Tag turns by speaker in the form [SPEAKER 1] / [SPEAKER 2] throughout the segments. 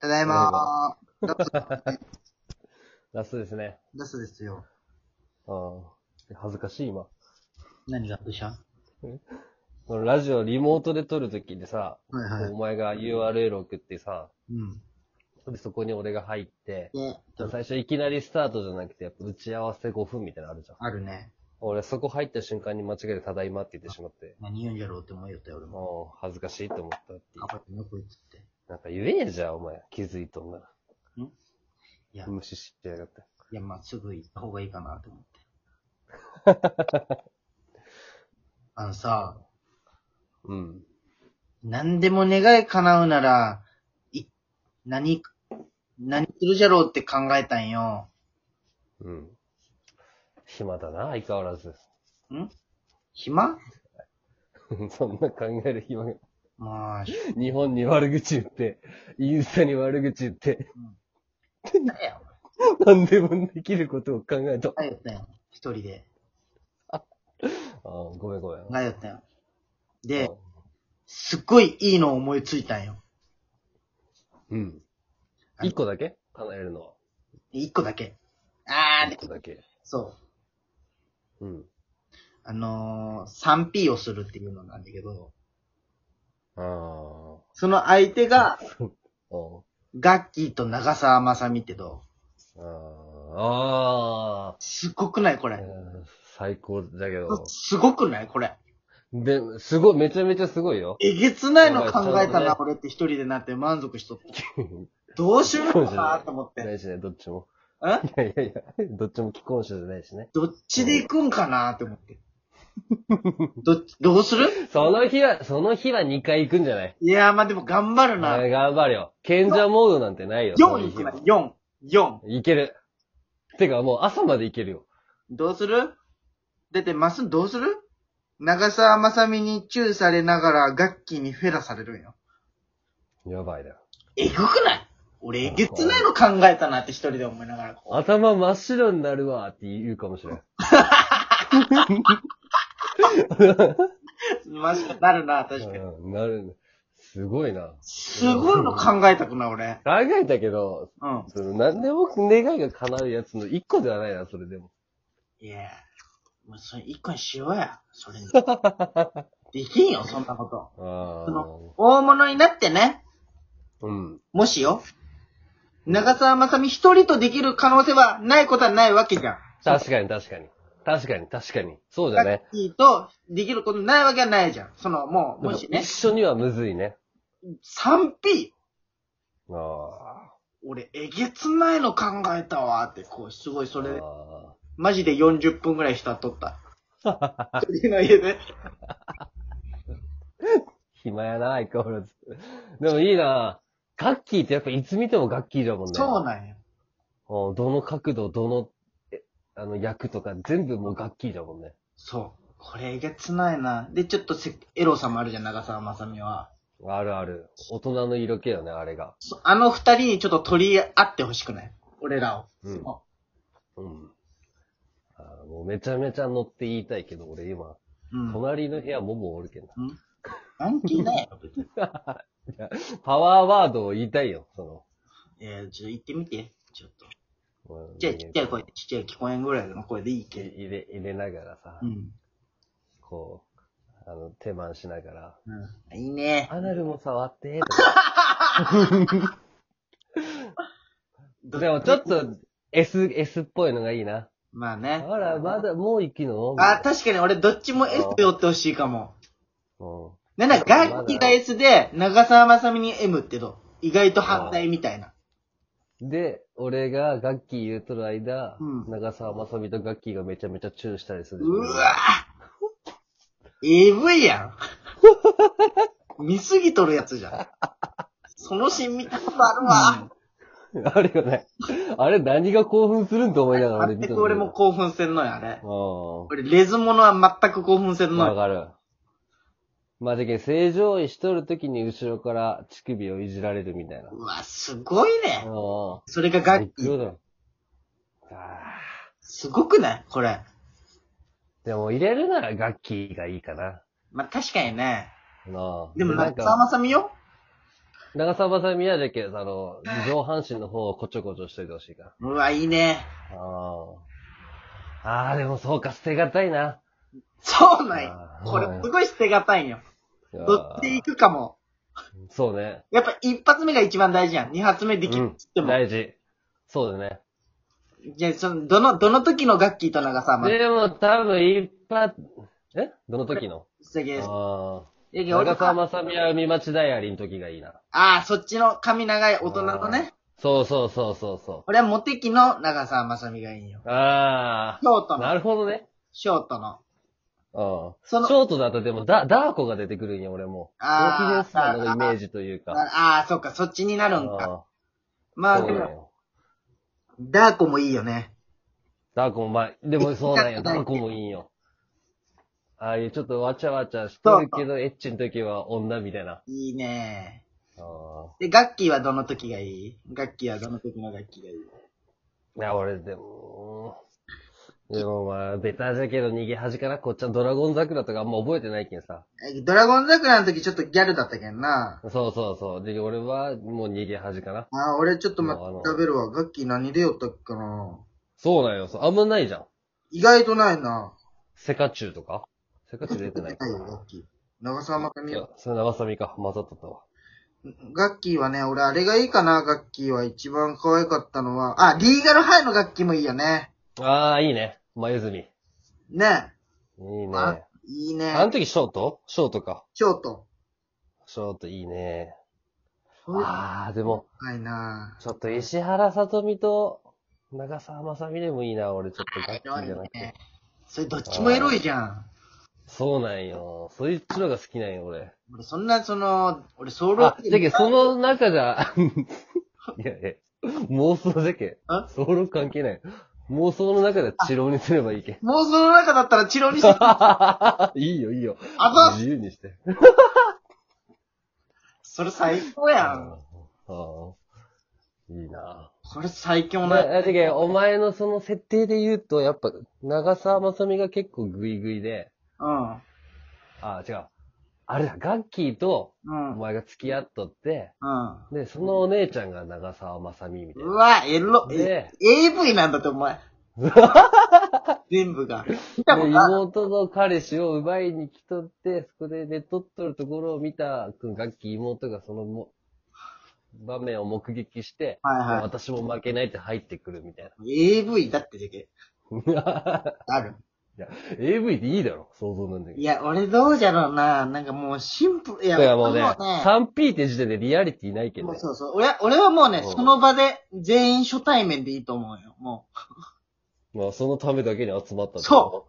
[SPEAKER 1] ただいまー。ラスト
[SPEAKER 2] ラストですね。
[SPEAKER 1] ラストですよ。
[SPEAKER 2] うん。恥ずかしい、今。
[SPEAKER 1] 何がどうしたは
[SPEAKER 2] このラジオリモートで撮るときでさ、
[SPEAKER 1] いは
[SPEAKER 2] お
[SPEAKER 1] い。
[SPEAKER 2] 前が URL 送ってさ、
[SPEAKER 1] うん。
[SPEAKER 2] でそこに俺が入って、
[SPEAKER 1] で、
[SPEAKER 2] 最初いきなりスタートじゃなくて、やっぱ打ち合わせ5分みたいなのあるじゃん。
[SPEAKER 1] あるね。
[SPEAKER 2] 俺そこ入った瞬間に間違えてただいまって言ってしまって、
[SPEAKER 1] 何言うんじゃろうって思いよったよ、俺も。
[SPEAKER 2] もう恥ずかしいと思ったっていう
[SPEAKER 1] あ、。これのこいつって。
[SPEAKER 2] なんか言えじゃん、お前。気づいとんなら。
[SPEAKER 1] いや、い
[SPEAKER 2] 無視しやがって。
[SPEAKER 1] や、まあ、すぐ行った方がいいかなと思って。 あのさ、
[SPEAKER 2] うん。
[SPEAKER 1] 何でも願い叶うなら、い、何、何するじゃろうって考えたんよ。
[SPEAKER 2] うん。暇だな、相変わらず。
[SPEAKER 1] 暇
[SPEAKER 2] そんな考える暇が。
[SPEAKER 1] まあ、し
[SPEAKER 2] 日本に悪口言って、インスタに悪口言って、
[SPEAKER 1] ょうがないよ。
[SPEAKER 2] 何でもできることを考えた。
[SPEAKER 1] 考えよったよ。一人で。
[SPEAKER 2] あーごめんごめん。
[SPEAKER 1] 考えよったよ。で、
[SPEAKER 2] うん
[SPEAKER 1] すっごいいいの思いついたんよ。
[SPEAKER 2] うん。
[SPEAKER 1] あの
[SPEAKER 2] 一個だけ叶えるのは。
[SPEAKER 1] 一個だけ。あー
[SPEAKER 2] 一
[SPEAKER 1] で
[SPEAKER 2] 個、だけ。
[SPEAKER 1] そう。
[SPEAKER 2] うん。
[SPEAKER 1] あのー、3P をするっていうのなんだけど、
[SPEAKER 2] ああ。
[SPEAKER 1] その相手が、
[SPEAKER 2] うん
[SPEAKER 1] ガッキーと長澤まさみってど
[SPEAKER 2] あーあ
[SPEAKER 1] うすごくないこ
[SPEAKER 2] ー。
[SPEAKER 1] れ。
[SPEAKER 2] うん最高だけど。
[SPEAKER 1] すごくないこれ。
[SPEAKER 2] で、すごい、めちゃめちゃすごいよ。
[SPEAKER 1] えげつないの考え
[SPEAKER 2] そ
[SPEAKER 1] た
[SPEAKER 2] うだね
[SPEAKER 1] な、俺って一人でなって満足しとって。どうしようかなと思って。ん
[SPEAKER 2] ないしね、どっちも。いやいやいや、どっちも既婚者じゃないしね。
[SPEAKER 1] どっちで行くんかなって思って。どっち、どうする
[SPEAKER 2] その日は、その日は2回行くんじゃない
[SPEAKER 1] いやー、まあ、でも頑張るな。
[SPEAKER 2] あ頑張るよ。賢者モードなんてないよ。そうい
[SPEAKER 1] 4
[SPEAKER 2] う
[SPEAKER 1] い
[SPEAKER 2] 日
[SPEAKER 1] く
[SPEAKER 2] は
[SPEAKER 1] ない ?4。4。
[SPEAKER 2] いける。てかもう朝までいけるよ。
[SPEAKER 1] どうするだって、マスンどうする長澤まさみにチューされながら、ガッキーにフェラされるんよ。
[SPEAKER 2] やばいな。
[SPEAKER 1] えぐくない俺、えげつないの考えたなって一人で思いながら。
[SPEAKER 2] 頭真っ白になるわって言うかもしれん。
[SPEAKER 1] マジでなるな、確かに。
[SPEAKER 2] うん、なる。すごいな。
[SPEAKER 1] すごいの考えたくない、俺。
[SPEAKER 2] 考えたけど、
[SPEAKER 1] うん。
[SPEAKER 2] その何でも願いが叶うやつの一個ではないな、それでも。
[SPEAKER 1] いやもうそれ一個にしようや。それに。 できんよ、そんなこと。
[SPEAKER 2] あ
[SPEAKER 1] そ大物になってね。
[SPEAKER 2] あ。うん。
[SPEAKER 1] もしよ。長澤まさみ一人とできる可能性はないことはないわけじゃん。
[SPEAKER 2] 確かに確かに。確かに確かに。そう
[SPEAKER 1] ガッ
[SPEAKER 2] だね。
[SPEAKER 1] キーとできることないわけはないじゃん。その、もう、もしね
[SPEAKER 2] 一。緒にはむずいね。
[SPEAKER 1] 3P!
[SPEAKER 2] ああ。
[SPEAKER 1] 俺、えげつないの考えたわって、こう、すごい、それ、
[SPEAKER 2] あ
[SPEAKER 1] マジで40分ぐらい浸っと った。一人の家で。
[SPEAKER 2] ー暇やな、相変わらず。でもいいな。ガッキーってやっぱいつ見てもガッキーだもんね。
[SPEAKER 1] そうなんや。
[SPEAKER 2] うんどの角度、どの、えあの、役とか全部もうガッキーだもんね。
[SPEAKER 1] そう。これ、えげつないな。で、ちょっとせ、エロさもあるじゃん、長澤まさみは。
[SPEAKER 2] あるある。大人の色気よね、あれが。
[SPEAKER 1] そあの二人にちょっと取り合ってほしくない俺らを。
[SPEAKER 2] うん
[SPEAKER 1] あ
[SPEAKER 2] うん。あーもうめちゃめちゃ乗って言いたいけど、俺今、
[SPEAKER 1] うん。
[SPEAKER 2] 隣の部屋ももおるけんな。
[SPEAKER 1] 関係ないやろ、別に。
[SPEAKER 2] パワーワードを言いたいよ、そ
[SPEAKER 1] えー、ちょっと行ってみて。ちょっと。
[SPEAKER 2] の。うん
[SPEAKER 1] じゃあ、ちっちゃい声で、ちっちゃい聞こえんぐらいの声でいいけ。
[SPEAKER 2] 入れ、入れながらさ、
[SPEAKER 1] うん。
[SPEAKER 2] こう、あの、手間しながら、
[SPEAKER 1] うん。いいね。
[SPEAKER 2] アナルも触って、とか。 でもちょっと、S、S っぽいのがいいな。
[SPEAKER 1] まあね。
[SPEAKER 2] あら、まだ、もう行きの
[SPEAKER 1] あ、確かに俺どっちも S でおってほしいかも。
[SPEAKER 2] うん。
[SPEAKER 1] なんだ、ガッキーが S で、長澤まさみに M ってどう意外と反対みたいな。
[SPEAKER 2] で、俺がガッキー言うとる間、
[SPEAKER 1] うん
[SPEAKER 2] 長澤まさみとガッキーがめちゃめちゃチューしたりする。
[SPEAKER 1] うわぁ !AV やん見すぎとるやつじゃん。そのシーン見たことあるわ。
[SPEAKER 2] あるよね。あれ何が興奮するんと思いながら俺見
[SPEAKER 1] 全
[SPEAKER 2] た
[SPEAKER 1] く俺も興奮せんのや、あれ。
[SPEAKER 2] も。
[SPEAKER 1] 俺、レズものは全く興奮せ
[SPEAKER 2] うんん。
[SPEAKER 1] の
[SPEAKER 2] わ
[SPEAKER 1] よ。
[SPEAKER 2] かる。まあ、じゃけん正常位しとるときに後ろから乳首をいじられるみたいな。うん。
[SPEAKER 1] うわ、すごいね。それがガッ
[SPEAKER 2] 最
[SPEAKER 1] キー。
[SPEAKER 2] 強だよ。あ
[SPEAKER 1] すごくないこれ。
[SPEAKER 2] ーでも入れるならガッキーがいいかな。
[SPEAKER 1] まあ、確かにね。
[SPEAKER 2] うん
[SPEAKER 1] でも、
[SPEAKER 2] な
[SPEAKER 1] なんんか、さ
[SPEAKER 2] か、
[SPEAKER 1] まさみよ
[SPEAKER 2] 長澤まさみはじゃけ、あの、上半身の方をこちょこちょしといてほしいか
[SPEAKER 1] うわ、いいね。
[SPEAKER 2] ら。ああ。ああ、でもそうか、捨てがたいな。
[SPEAKER 1] そうなんよ
[SPEAKER 2] あー
[SPEAKER 1] これすごい捨てがたいんよ。どっち行くかも。
[SPEAKER 2] そうね。
[SPEAKER 1] やっぱ一発目が一番大事やん。二発目できるっつって
[SPEAKER 2] うん
[SPEAKER 1] も。
[SPEAKER 2] 大事。そうだね。
[SPEAKER 1] じゃあ、その、どの、どの時の楽器と長さまで。
[SPEAKER 2] でも多分一発、えどの時の
[SPEAKER 1] すげえ。
[SPEAKER 2] ああ。
[SPEAKER 1] やけ俺
[SPEAKER 2] 長澤
[SPEAKER 1] か
[SPEAKER 2] まさみは海町ダイアリーの時がいいな。
[SPEAKER 1] ああ、そっちの髪長い大人のね。
[SPEAKER 2] そうそうそうそうそ
[SPEAKER 1] 俺はモテ期の長澤まさみがいいんよ。
[SPEAKER 2] う。あ
[SPEAKER 1] ショート
[SPEAKER 2] あ。
[SPEAKER 1] の、
[SPEAKER 2] なるほどね。
[SPEAKER 1] ショートの。
[SPEAKER 2] うん。
[SPEAKER 1] その
[SPEAKER 2] ショートだとでも、ダ、ダーコが出てくるんや、俺も。
[SPEAKER 1] あー
[SPEAKER 2] オーキデンスさんのイメージというか。
[SPEAKER 1] ああー、そっか、そっちになるんか。ま
[SPEAKER 2] あー
[SPEAKER 1] あ、
[SPEAKER 2] そ
[SPEAKER 1] で
[SPEAKER 2] う
[SPEAKER 1] も、
[SPEAKER 2] よ
[SPEAKER 1] ダーコもいいよね。
[SPEAKER 2] ダーコもまあ、でもそうな ん
[SPEAKER 1] え
[SPEAKER 2] よ。ダーコもいいんよ。ああいうちょっとわちゃわちゃしてるけど、エッチの時は女みたいな。
[SPEAKER 1] いいね。
[SPEAKER 2] ああ。
[SPEAKER 1] で、楽器はどの時がいい楽器はどの時の楽器がいい
[SPEAKER 2] いや、俺でも、でもまあ、ベタじゃけど逃げ恥かな。こっちはドラゴン桜とかあんま覚えてないけんさ。
[SPEAKER 1] えドラゴン桜の時ちょっとギャルだったけんな。
[SPEAKER 2] そうそうそう。で、俺はもう逃げ恥かな。
[SPEAKER 1] ああ、俺ちょっと待
[SPEAKER 2] もうあ
[SPEAKER 1] っ
[SPEAKER 2] の
[SPEAKER 1] て、食べるわ。楽器何でよったっけかな。
[SPEAKER 2] そうなんよ。そうあんまないじゃん。
[SPEAKER 1] 意外とないな。
[SPEAKER 2] セカチュウとかセカチュウ出て
[SPEAKER 1] 出
[SPEAKER 2] ない
[SPEAKER 1] て。ないよ、楽器。長澤まさ
[SPEAKER 2] い
[SPEAKER 1] み
[SPEAKER 2] や、それ長さみか。混ざっとったわ。
[SPEAKER 1] 楽器はね、俺あれがいいかな、楽器は。一番可愛かったのは。あ、リーガルハイの楽器もいいよね。
[SPEAKER 2] ああ、いいね。眉ずみ。い
[SPEAKER 1] ね。
[SPEAKER 2] いね。
[SPEAKER 1] あ
[SPEAKER 2] あ
[SPEAKER 1] いいね。
[SPEAKER 2] の時ショートショートか。
[SPEAKER 1] ショート。
[SPEAKER 2] ショートいいね。
[SPEAKER 1] あ
[SPEAKER 2] ああ、でも、
[SPEAKER 1] いな
[SPEAKER 2] ちょっと石原さとみと長澤まさみでもいいな。俺ちょっとガ
[SPEAKER 1] エロ
[SPEAKER 2] ッキー
[SPEAKER 1] い
[SPEAKER 2] じゃなくて。
[SPEAKER 1] ね。それどっちもエロいじゃん。
[SPEAKER 2] そうなんよ。そいつのが好きなんよ、俺。
[SPEAKER 1] 俺そんな、その、俺ソロ
[SPEAKER 2] あ、じゃけ、その中じゃ、 いやいや、妄想じゃけ
[SPEAKER 1] あ。
[SPEAKER 2] ソロ関係ない。妄想の中で治療にすればい いけん。
[SPEAKER 1] 妄想の中だったらチロに して、
[SPEAKER 2] いいよ、いいよ。
[SPEAKER 1] あ
[SPEAKER 2] 自由にして。
[SPEAKER 1] それ最高や
[SPEAKER 2] あ
[SPEAKER 1] ん。
[SPEAKER 2] あいいな
[SPEAKER 1] これ最強
[SPEAKER 2] ま
[SPEAKER 1] な。
[SPEAKER 2] あ、じゃけ、お前のその設定で言うと、やっぱ、長澤まさみが結構グイグイで、
[SPEAKER 1] うん。
[SPEAKER 2] あ、違う。あれだ、ガッキーと、
[SPEAKER 1] うん。
[SPEAKER 2] お
[SPEAKER 1] うん。
[SPEAKER 2] 前が付き合っとって、で、そのお姉ちゃんが長澤まさみみたいうな。
[SPEAKER 1] わ、エロ、え
[SPEAKER 2] で
[SPEAKER 1] AV なんだってお前。全部が。見たこ
[SPEAKER 2] で、
[SPEAKER 1] とある
[SPEAKER 2] 妹の彼氏を奪いに来とって、そこで寝とっとるところを見た、ガッキー妹がそのも、場面を目撃して、
[SPEAKER 1] はいはい
[SPEAKER 2] 私も負けないって入ってくるみたい
[SPEAKER 1] AV だってじゃけ。
[SPEAKER 2] な。
[SPEAKER 1] ある。
[SPEAKER 2] AV でいいだろ、想像なんだけ
[SPEAKER 1] い
[SPEAKER 2] ど。
[SPEAKER 1] や、俺どうじゃろうな。なんかもうシンプル。いや、
[SPEAKER 2] だからもうね、
[SPEAKER 1] も
[SPEAKER 2] 3P って時点でリアリティないけど
[SPEAKER 1] もう
[SPEAKER 2] ね。
[SPEAKER 1] そうそう。俺は、俺はもうね、
[SPEAKER 2] うん
[SPEAKER 1] その場で全員初対面でいいと思うよ。も
[SPEAKER 2] まあ、そのためだけに集まった
[SPEAKER 1] そ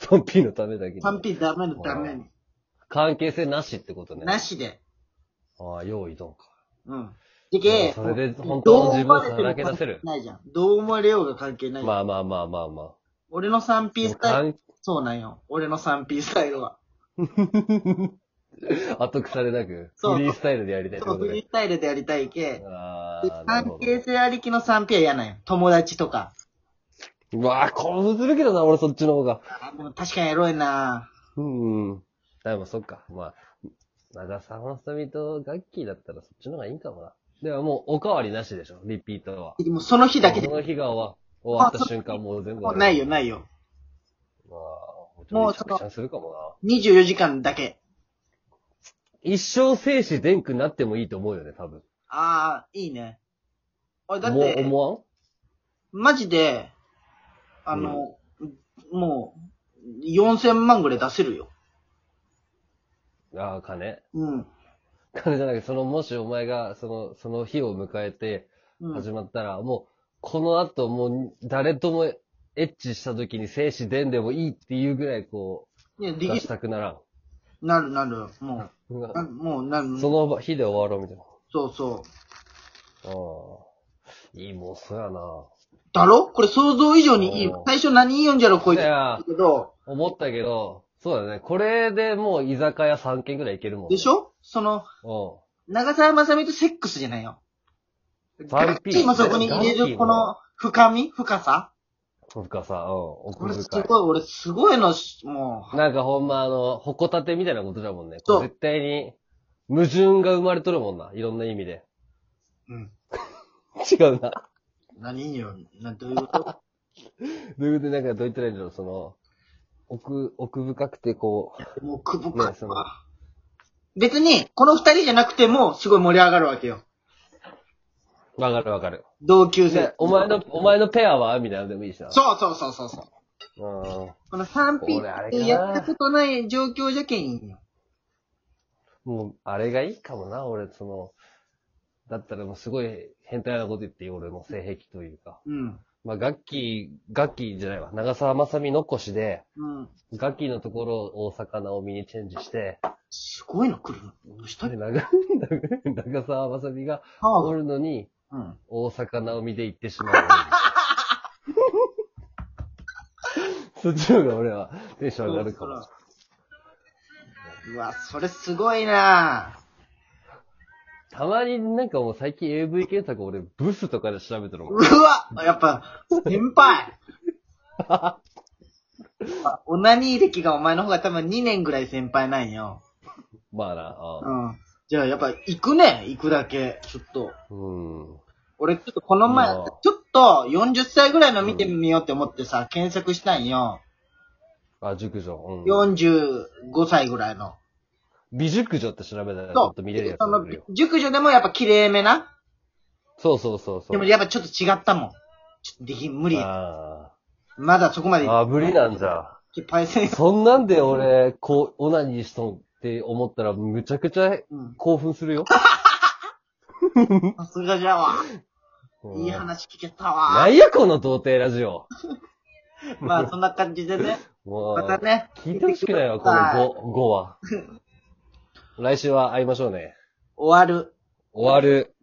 [SPEAKER 1] う
[SPEAKER 2] !3P のためだけ
[SPEAKER 1] う、
[SPEAKER 2] に。
[SPEAKER 1] 賛否ダメのダメに。
[SPEAKER 2] 関係性なしってことね。
[SPEAKER 1] な。しで。
[SPEAKER 2] ああ、用意どんか。
[SPEAKER 1] うん。でけ、
[SPEAKER 2] それで本
[SPEAKER 1] どう
[SPEAKER 2] 当の自
[SPEAKER 1] 思われて
[SPEAKER 2] 分さ
[SPEAKER 1] も
[SPEAKER 2] らけ出せる。
[SPEAKER 1] ないじゃん。どう思われようが関係ない。
[SPEAKER 2] まあまあまあまあまあ。
[SPEAKER 1] 俺の 3P スタイル、
[SPEAKER 2] 関
[SPEAKER 1] そうなんよ。俺の 3P スタイルは。
[SPEAKER 2] 後腐れなく、
[SPEAKER 1] そう
[SPEAKER 2] フリースタイルでやりたいって
[SPEAKER 1] そ
[SPEAKER 2] こ
[SPEAKER 1] う、
[SPEAKER 2] と
[SPEAKER 1] フリー
[SPEAKER 2] で。
[SPEAKER 1] スタイルでやりたいけ。
[SPEAKER 2] あ
[SPEAKER 1] で
[SPEAKER 2] あ、な
[SPEAKER 1] 関
[SPEAKER 2] るほ
[SPEAKER 1] 係性ありきの 3P は嫌なんよ。友達とか。
[SPEAKER 2] ど。うわあ、興奮するけどな、俺そっちの方が。
[SPEAKER 1] あでも確かにエロいな
[SPEAKER 2] うん。でもそっか、まあ、長澤まさみとガッキーだったらそっちの方がいいかもな。ではもう、おかわりなしでしょ、リピートは。
[SPEAKER 1] でもその日だけで
[SPEAKER 2] そ。の日が終わ終わった瞬間、もう全部。
[SPEAKER 1] もうないよ、。ないよ。
[SPEAKER 2] まあ、もうちょっとめちゃくちゃにするかもな。
[SPEAKER 1] 24時間だけ。
[SPEAKER 2] 一生生死電句になってもいいと思うよね、多分。
[SPEAKER 1] あー、いいね。俺だっ
[SPEAKER 2] もう
[SPEAKER 1] て、
[SPEAKER 2] 思わん
[SPEAKER 1] マジで、あの、もう、4000万ぐらい出せるよ。
[SPEAKER 2] ああ、金。
[SPEAKER 1] うん。
[SPEAKER 2] 金じゃなくて、その、もしお前が、その、その日を迎えて、
[SPEAKER 1] うん、
[SPEAKER 2] 始まったら、もう、この後、もう、誰ともエッチした時に生死出んでもいいっていうぐらい、こ
[SPEAKER 1] いや、
[SPEAKER 2] う、
[SPEAKER 1] で
[SPEAKER 2] 出
[SPEAKER 1] き
[SPEAKER 2] し、たくならん。
[SPEAKER 1] なるなる。も
[SPEAKER 2] う
[SPEAKER 1] う、な
[SPEAKER 2] わ
[SPEAKER 1] もうなる。
[SPEAKER 2] そ
[SPEAKER 1] そ
[SPEAKER 2] の日で終わろう、みたいな。
[SPEAKER 1] うそう。
[SPEAKER 2] ああ。いい妄想やな。
[SPEAKER 1] だろこれ想像以上にいいよ。
[SPEAKER 2] おー
[SPEAKER 1] 最初何言うんじゃろ、こいつ。
[SPEAKER 2] い
[SPEAKER 1] だ
[SPEAKER 2] や
[SPEAKER 1] けど、
[SPEAKER 2] 思ったけど、そうだね。これでもう居酒屋3軒ぐらい行けるもん、
[SPEAKER 1] でしょその、
[SPEAKER 2] ょ
[SPEAKER 1] 長澤まさみとセックスじゃないよ。
[SPEAKER 2] パ
[SPEAKER 1] ガ
[SPEAKER 2] ン
[SPEAKER 1] ッ
[SPEAKER 2] ピー
[SPEAKER 1] キーもそこに入れるこの深み深さ
[SPEAKER 2] うん。深さ、うん。
[SPEAKER 1] こ
[SPEAKER 2] 奥
[SPEAKER 1] れす
[SPEAKER 2] 深い。
[SPEAKER 1] ごい、俺すごいのし、もう。
[SPEAKER 2] なんかほんまあの、ほこたてみたいなことだもんね。
[SPEAKER 1] そう
[SPEAKER 2] 絶対に、矛盾が生まれとるもんな。いろんな意味で。
[SPEAKER 1] うん。
[SPEAKER 2] 違うな。
[SPEAKER 1] 何よ、な、どういうこと
[SPEAKER 2] ということで、なんかどう言ったらいいんだろう、その、奥、奥深くてこう、
[SPEAKER 1] もう、くぼか
[SPEAKER 2] ねその
[SPEAKER 1] 別に、この二人じゃなくても、すごい盛り上がるわけよ。
[SPEAKER 2] わかるわかる。
[SPEAKER 1] 同級生
[SPEAKER 2] で。お前の、お前のペアはみたいなのでもいいしな。
[SPEAKER 1] そうそうそうそうそう。
[SPEAKER 2] うん。
[SPEAKER 1] この 3P
[SPEAKER 2] 俺あれ
[SPEAKER 1] っ
[SPEAKER 2] か
[SPEAKER 1] て
[SPEAKER 2] な
[SPEAKER 1] やったことない状況じゃけんいいよ。
[SPEAKER 2] もう、あれがいいかもな、俺、その、だったらもうすごい変態なこと言っていい、俺の性癖というか。
[SPEAKER 1] うん。
[SPEAKER 2] まあ、ガッキー、ガッキーじゃないわ。長澤まさみ残しで、
[SPEAKER 1] うん。
[SPEAKER 2] ガッキーのところを大阪なおみにチェンジして、
[SPEAKER 1] すごいの来るの。どうした
[SPEAKER 2] で、
[SPEAKER 1] り
[SPEAKER 2] 長、長澤まさみがお
[SPEAKER 1] あ
[SPEAKER 2] るのに、
[SPEAKER 1] あ。うん。
[SPEAKER 2] 大阪なおみで行ってしまう。そっちの方が俺はテンション上がるかも。
[SPEAKER 1] うわ、それすごいなぁ。
[SPEAKER 2] たまになんかもう最近 AV 検索俺ブスとかで調べてるもん。
[SPEAKER 1] うわやっぱ、先輩あオナニー歴がお前の方が多分2年ぐらい先輩なんよ。
[SPEAKER 2] まあな、ああ
[SPEAKER 1] うん。じゃあやっぱ行くね、行くだけ。ちょっと。
[SPEAKER 2] うん。
[SPEAKER 1] 俺ちょっとこの前、
[SPEAKER 2] い
[SPEAKER 1] ち
[SPEAKER 2] い
[SPEAKER 1] ょ
[SPEAKER 2] よ
[SPEAKER 1] っと40歳ぐらいの見てみようって思ってさ、検索したんよ。
[SPEAKER 2] あ、熟女。うん。
[SPEAKER 1] 45歳ぐらいの。
[SPEAKER 2] 美熟女って調べたらち
[SPEAKER 1] そ
[SPEAKER 2] ょ
[SPEAKER 1] う
[SPEAKER 2] っと見れるやつ
[SPEAKER 1] そ
[SPEAKER 2] が
[SPEAKER 1] の
[SPEAKER 2] いるよ。、
[SPEAKER 1] 熟女でもやっぱ綺麗めな。
[SPEAKER 2] そうそうそうそう。
[SPEAKER 1] でもやっぱちょっと違ったもん。ちょっとできん、無理。
[SPEAKER 2] あ
[SPEAKER 1] まだそこまで
[SPEAKER 2] ーあー、無理なんじゃ。
[SPEAKER 1] ちょパイセンス。
[SPEAKER 2] そんなんで俺、こう、オナニーしとんって思ったらむちゃくちゃ
[SPEAKER 1] うん。
[SPEAKER 2] 興奮するよ。
[SPEAKER 1] さすがじゃわ。
[SPEAKER 2] うん
[SPEAKER 1] いい話聞けた
[SPEAKER 2] な
[SPEAKER 1] わ。
[SPEAKER 2] んやこの童貞ラジオ。
[SPEAKER 1] まあそんな感じでね。
[SPEAKER 2] もう
[SPEAKER 1] またね。
[SPEAKER 2] 聞いてほしくないわ、この5、5は。来週は会いましょうね。
[SPEAKER 1] 終わる。
[SPEAKER 2] 終わる。